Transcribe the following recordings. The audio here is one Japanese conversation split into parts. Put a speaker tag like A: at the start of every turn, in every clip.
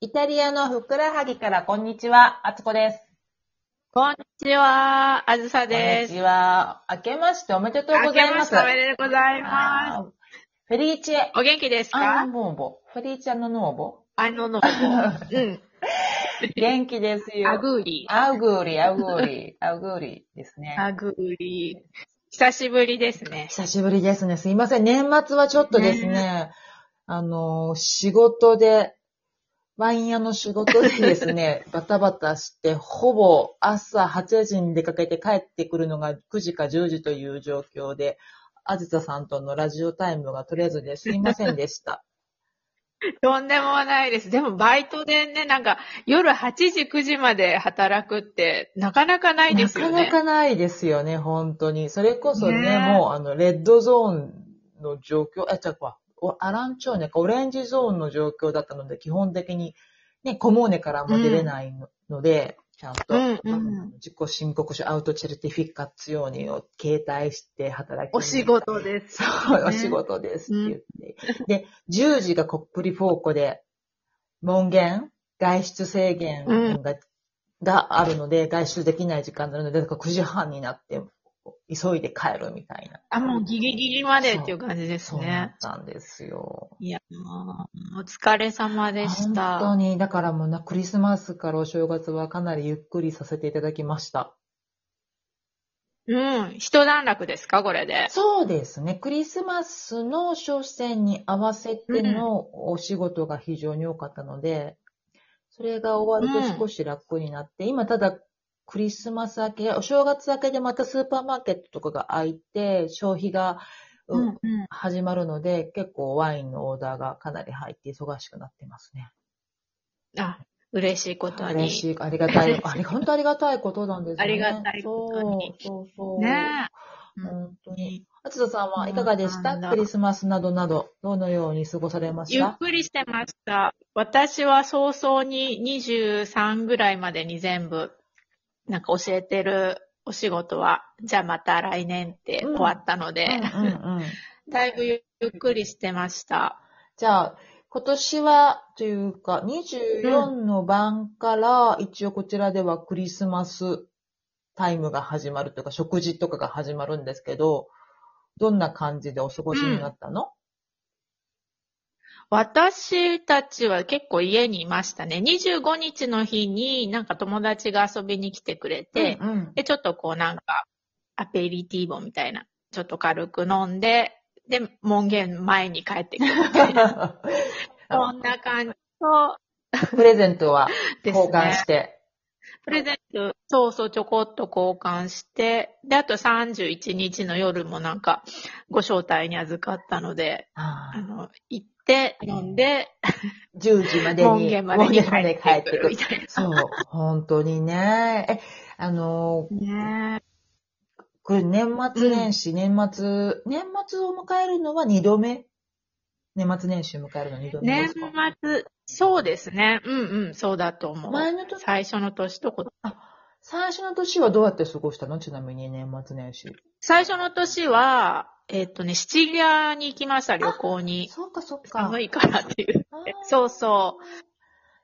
A: イタリアのふくらはぎからこんにちは、あつこです。
B: こんにちは、あずさ
A: こん
B: で
A: に
B: す。
A: ちは。明けましておめでとうございます。
B: 明けましておめでとうございます。
A: あーフェリーチェ・
B: お元気です
A: ア
B: か
A: ンボーボ。フェリーチェのノーボ。
B: あのの、 うん。
A: 元気ですよ。
B: あぐーり。
A: アグーリ、アグーリ、アグーリですね。
B: あぐーり。久しぶりですね。
A: 久しぶりですね。すいません。年末はちょっとですね、あの、仕事で、ワイン屋の仕事でですね、バタバタして、ほぼ朝8時に出かけて帰ってくるのが9時か10時という状況で、あずささんとのラジオタイムが取れずですいませんでした。
B: とんでもないです。でもバイトでね、なんか夜8時、9時まで働くってなかなかないで
A: な
B: すよ
A: か
B: ね。
A: なかないですよね、本当に。それこそね、
B: ね
A: もうあの、レッドゾーンの状況、あ、ちゃうわ、おアランチョーネか、オレンジゾーンの状況だったので、基本的に、ね、コモーネからも出れないの,、で、ちゃんと、
B: うんうん
A: あの自己申告書、アウトチェルティフィカツ用にを携帯して働きに
B: お仕事です。
A: そう、
B: ね
A: お仕事ですって言って。で、10時がコップリフォーコで、門限、外出制限が,、
B: うん
A: があるので、外出できない時間なので、だから9時半になって、急いで帰るみたいな。
B: あ、もうギリギリまでっていう感じです
A: そうなっ
B: ね。
A: たんですよ。
B: いや、もうお疲れ様でし
A: 本当
B: た。
A: に、だからもうな、クリスマスからお正月はかなりゆっくりさせていただきました。
B: うん。一段落ですか、これで。
A: そうですね。クリスマスの商戦に合わせてのお仕事が非常に多かったので、それが終わると少し楽になって、今ただクリスマス明け、お正月明けでまたスーパーマーケットとかが開いて、消費が、う
B: うんうん
A: 始まるので、結構ワインのオーダーがかなり入って忙しくなってますね。
B: あ、嬉しいことに。
A: 嬉しい、ありがたい、あり本当ありがたいことなんですよね。
B: ありがたいことに
A: そう、そうそう。
B: ねえ。
A: 本当に。
B: に
A: あつとさんはいかがでし
B: う
A: た
B: んなんだ
A: クリスマスなどなど、どのように過ごされまし
B: ゆったくりしてました。私は早々に23ぐらいまでに全部、なんか教えてるお仕事は、じゃあまた来年って終わったので、
A: うんうんうん、
B: だいぶゆっくりしてました。
A: じゃあ、今年は、というか、24の晩から、一応こちらではクリスマスタイムが始まるというか、食事とかが始まるんですけど、どんな感じでお過ごしになったの、
B: 私たちは結構家にいましたね。25日の日になんか友達が遊びに来てくれて、
A: うんうん
B: で、ちょっとこうなんか、アペリティーボみたいな、ちょっと軽く飲んで、で、門限前に帰 ってくるみたいな。こんな感じと、
A: プレゼントは
B: です
A: 交換
B: ね
A: し。て。
B: プレゼント、そうそう、ちょこっと交換して、で、あと31日の夜もなんか、ご招待に預かったので、
A: あ
B: あ
A: あ
B: の、行って、飲んで、
A: 10時までに、
B: 門限までに
A: 門
B: 帰
A: 限まで帰
B: っ
A: ってて
B: く
A: く
B: る
A: る
B: み。たいな。
A: そう、本当にね。え、あの、
B: ね
A: これ年末年始、年末、年末を迎えるのは二度目年末年始を迎えるの二度目で
B: 年
A: すか
B: 末、そうですね。うんうん、そうだと思う。
A: 前の時、
B: 最初の年とこ
A: 最初の年はどうやって過ごしたのちなみに年末年始。
B: 最初の年は、えっとね、シチリアに行きました、旅行に。
A: そうか、そうか。。
B: 寒いからっていう。そうそ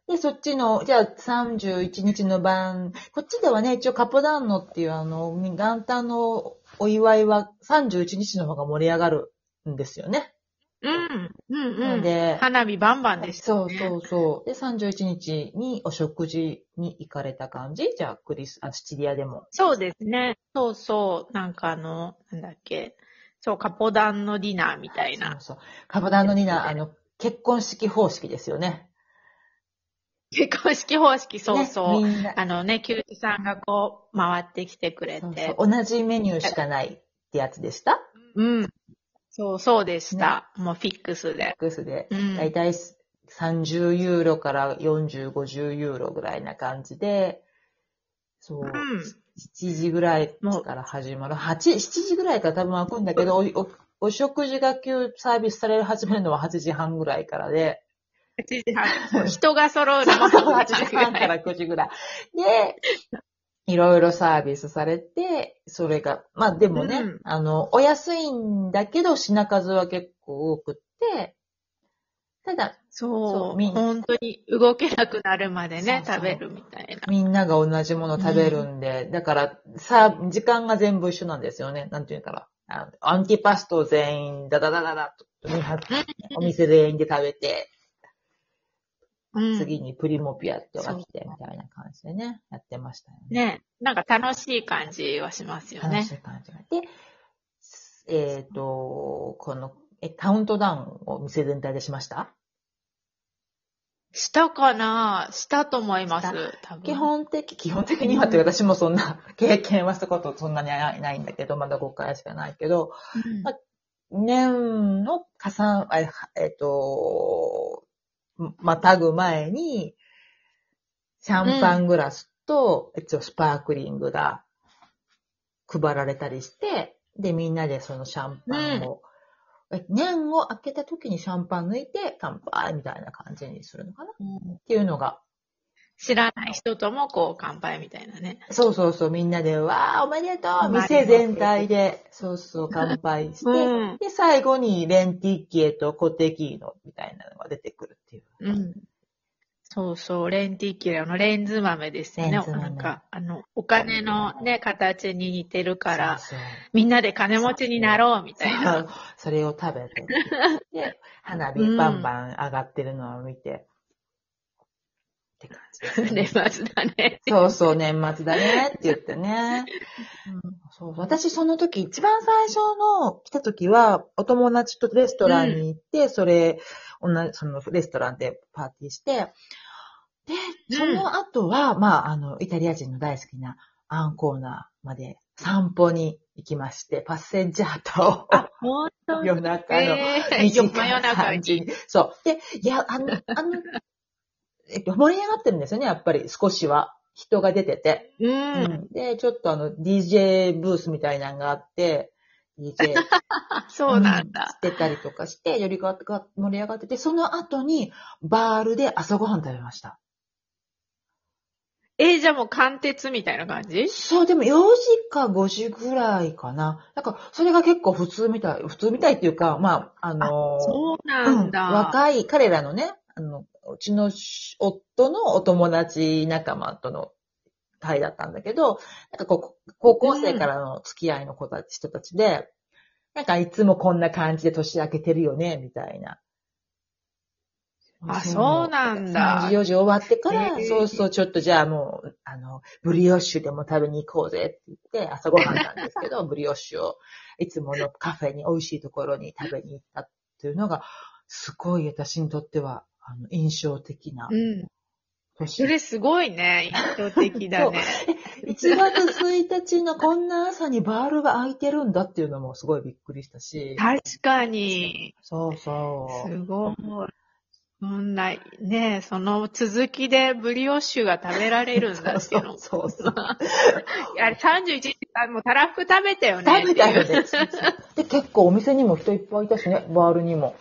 B: う
A: で、そっちの、じゃあ31日の晩、こっちではね、一応カポダンノっていうあの、元旦のお祝いは31日の方が盛り上がるんですよね。
B: う。うん、うん、う。
A: なんで、
B: 花火バンバンでした。
A: そうそうそう。で、31日にお食事に行かれた感じじゃあ、クリス、あ、シチリアでも。
B: そうですね。そうそう。なんかあの、なんだっけ。そう、カポダンのディナーみたい
A: そう
B: な。
A: そう。カバダンのニナ、あの、結婚式方式ですよね。
B: 結婚式方式、そうそう。
A: ねみんな、
B: あのね、給仕さんがこう、回ってきてくれて。
A: そうそう。同じメニューしかないってやつでした。
B: うん。そう、そうでした。もうフィックスで。
A: クスで。
B: うん。
A: だいたい30ユーロから40、50ユーロぐらいな感じで、そう。
B: うん。
A: 7時ぐらいから始まる。8、7時ぐらいから多分開くんだけど、おおお食事が急サービスされる始めるのは8時半ぐらいからで、
B: 8時半。人が揃うのも
A: 8
B: 8
A: 時
B: 時
A: 半
B: 半
A: から9時ぐらい。で、いろいろサービスされて、それが、まあでもね、
B: うん
A: あの、お安いんだけど品数は結構多くって、ただ、
B: そう
A: そうみん
B: 本当に動けなくなるまでね、
A: そうそう
B: 食べるみたいな。
A: みんなが同じもの食べるんで、だから、さ、時間が全部一緒なんですよね。なんていうから。あのアンティパスト全員、ダダダダダと、お店全員で食べて、
B: うん、
A: 次にプリモピアってのが来て、みたいな感じでね、やってましたよね。
B: ね、なんか楽しい感じはしますよ
A: 楽
B: ね
A: し。い感じが。で、えっ、と、この、え、カウントダウンを店全体でしました
B: したかなしたと思いま
A: し
B: す。多分
A: 基本的、基本的にはって私もそんな経験はしたことそんなにないんだけど、まだ5回しかないけど、
B: うん
A: 年の加算、あええっと、またぐ前に、シャンパングラスと、一応スパークリングが配られたりして、で、みんなでそのシャンパンを、え年を開けた時にシャンパン抜いて乾杯みたいな感じにするのかなっ
B: うん
A: ていうのが、
B: 知らない人ともこう乾杯みたいなね。
A: そうそうそう、みんなで、わー、おめでとう
B: まあ
A: 店全体で、そうそう、乾杯して、
B: うん
A: で、最後にレンティッキエとコテキーノみたいなのが出てくるっていう。
B: うん。そうそう、レンティキュラのレンズ豆ですよね。
A: レンズ豆
B: なんか、あの、お金のね、形に似てるから、
A: そう
B: みんなで金持ちになろうみた
A: そう
B: い
A: そ
B: な。
A: う それを食べて、 で、花火バンバン上がってるのを見て、って感じですね
B: 出ますだね。
A: そうそう、年末だねって言ってね。そう私、その時、一番最初の来た時は、お友達とレストランに行って、それ、同じ、そのレストランでパーティーして、で、その後は、まあ、あの、イタリア人の大好きなアンコーナーまで散歩に行きまして、パッセンジャート
B: あ、本
A: を
B: 当に。
A: 夜中の
B: えー、
A: 2時
B: 真夜中に。。
A: そう。で、いや、あの、あの、 えっと、盛り上がってるんですよね、やっぱり少しは。人が出てて。
B: うん。
A: で、ちょっとあの、DJ ブースみたいなのがあって、DJ
B: あ、 そうなんだ。
A: してたりとかして、よりがが盛り上がってて、その後に、バールで朝ごはん食べました。
B: えー、じゃあもう貫徹みたいな感じ
A: そう、でも4時か5時ぐらいかな。なんか、それが結構普通みたい、普通みたいっていうか、まあ、あのー
B: そうなんだ。
A: うん若い、彼らのね、あの、うちの夫のお友達仲間との会だったんだけど、なんかこう、高校生からの付き合いの子たち、人たちで、なんかいつもこんな感じで年明けてるよね、みたいな。
B: あそうなんだ
A: 3時4時終わってから、
B: へえ
A: そうそう、ちょっとじゃあもう、あの、ブリオッシュでも食べに行こうぜって言って、朝ごはんなんですけ ど、ブリオッシュをいつものカフェに美味しいところに食べに行ったっていうのが、すごい私にとっては、あの、印象的な
B: うん。
A: 年。
B: それすごいね。印象的 だね。
A: 1月1日のこんな朝にバールが開いてるんだっていうのもすごいびっくりしたし。
B: 確かに。
A: そうそう。
B: すごい。そんな、ねその続きでブリオッシュが食べられるんだっていうの。
A: そうそう。
B: あれ、31日、あもうたらふく食べたよねってい
A: 食
B: う。
A: べたよ ね。で、結構お店にも人いっぱいいたしね、バールにも。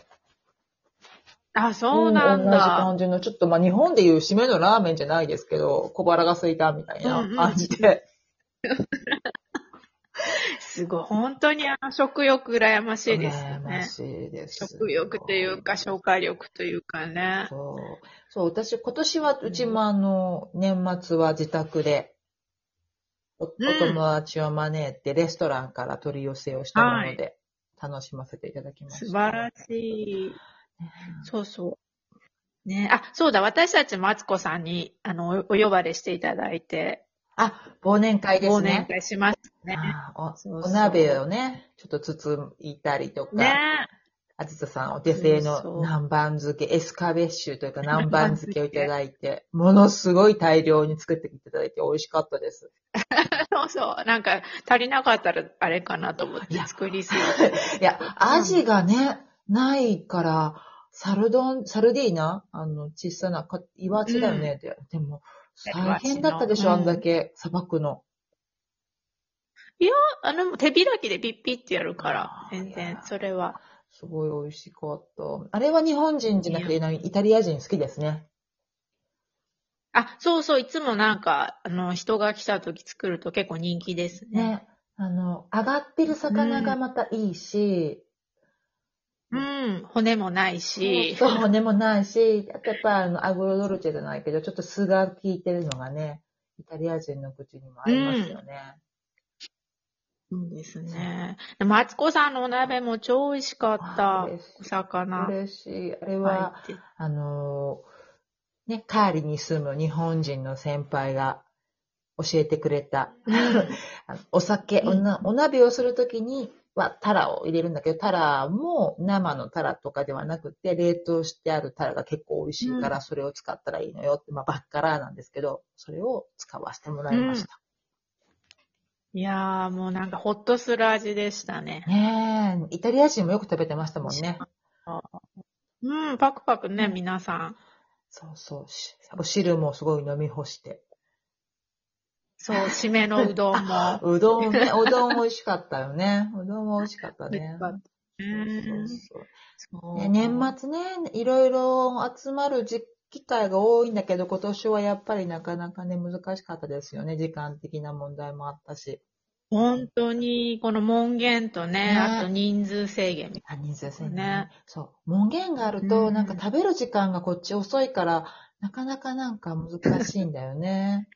B: あ、そうな
A: 同
B: ん
A: じ
B: だ。
A: 感じの、ちょっとまあ日本でいう締めのラーメンじゃないですけど、小腹が空いたみたいな感じで。
B: すごい。本当にあの食欲羨ましいですよ
A: 羨ま
B: ね。
A: しいです。
B: 食欲というか消化力というかね。
A: そう。そう、私、今年は、うちもあの、年末は自宅で、おお
B: うん
A: 友達を招いて、レストランから取り寄せをしたもので、楽しませていただきました。
B: 素晴らしい。そうそう。ねあ、そうだ、私たちマツコさんに、あの、おお呼ばれしていただいて、
A: あ、忘年会で
B: 忘
A: す
B: 年
A: ね。
B: 会しますね。
A: あお
B: そう
A: お
B: そう
A: 鍋をね、ちょっと包いたりとか、
B: ね
A: あずささんお手製
B: そうそう
A: の南蛮漬け、エスカベッシュという か南蛮漬けをいただいて、ものすごい大量に作っていただいて美味しかったです。
B: そうそう。なんか、足りなかったらあれかなと思って
A: いや
B: 作りす
A: いや、アジがね、ないから、サルドン、サルディーナあの、小さなか、岩地だよね。ででも、大変だったでしょ、
B: うん
A: あんだけ、砂漠の。
B: あの、手開きでピッピッってやるから、全
A: い
B: 然
A: や、
B: それは。
A: すごい美味しかった。あれは日本人じゃなくて、イタリア人好きですね。
B: あ、そうそう、いつもなんか、あの、人が来た時作ると結構人気ですね。
A: ね。あの、上がってる魚がまたいいし、
B: うん、骨もないし、
A: そう、骨もないし、あとやっぱあの、アグロドルチェじゃないけど、ちょっと酢が効いてるのがね、イタリア人の口にも合いますよね。
B: そうですね。でも、敦子さんのお鍋も超美味しかった
A: あ。嬉しい
B: お魚。
A: 嬉しい。あれは、
B: 入ってて
A: あのーね、カーリに住む日本人の先輩が教えてくれた、あのお酒、おなお鍋をするときにはタラを入れるんだけど、タラも生のタラとかではなくて、冷凍してあるタラが結構美味しいから、それを使ったらいいのよって、まあ、バッカラーなんですけど、それを使わせてもらいました。
B: いやー、もうなんかほっとする味でしたね。
A: ねえ、イタリア人もよく食べてましたもんね。
B: うん、パクパクね、
A: うん
B: 皆さん。
A: そうそうし。お汁もすごい飲み干して。
B: そう、締めのうどん も。
A: うどんね、うどん美味しかったよね。うどんも美味しかった
B: 美味
A: ね
B: し。かった
A: そう
B: う
A: そうそう
B: ん
A: ね年末ね、いろいろ集まる時機会が多いんだけど、今年はやっぱりなかなかね、難しかったですよね。時間的な問題もあったし。
B: 本当に、この門限とね、
A: ね
B: あと人数制限み
A: あ、人数制限
B: ね
A: ね。そう。門限があると、
B: うん
A: なんか食べる時間がこっち遅いから、なかなかなんか難しいんだよね。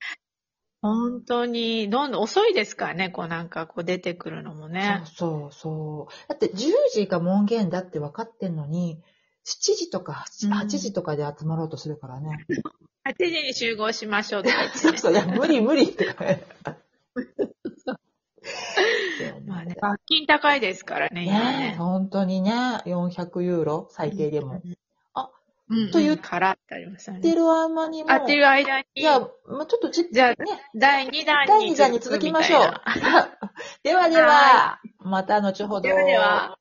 B: 本当に、どんどん遅いですからね、こうなんかこう出てくるのもね。
A: そうそうそう。だって10時が門限だって分かってんのに、7時とか
B: うん
A: 8時とかで集まろうとするからね。
B: 8時に集合しましょうとか言っ て、ね。
A: そうそう、いや、無理無理って。
B: まあね、罰金高いですからね、今
A: ねえ
B: ね。
A: 本当にね、400ユーロ、最低でも。
B: うん、
A: という
B: からってありました
A: っ
B: ね
A: て。るあまにも
B: あ、っていう間に、
A: いや、まあ、ちょっとじ、
B: じゃあ
A: ね、
B: 第2弾
A: 第
B: に
A: 2弾に続きましょう
B: 続くみたいな。
A: ではでは
B: は、
A: また後ほど。
B: ではでは。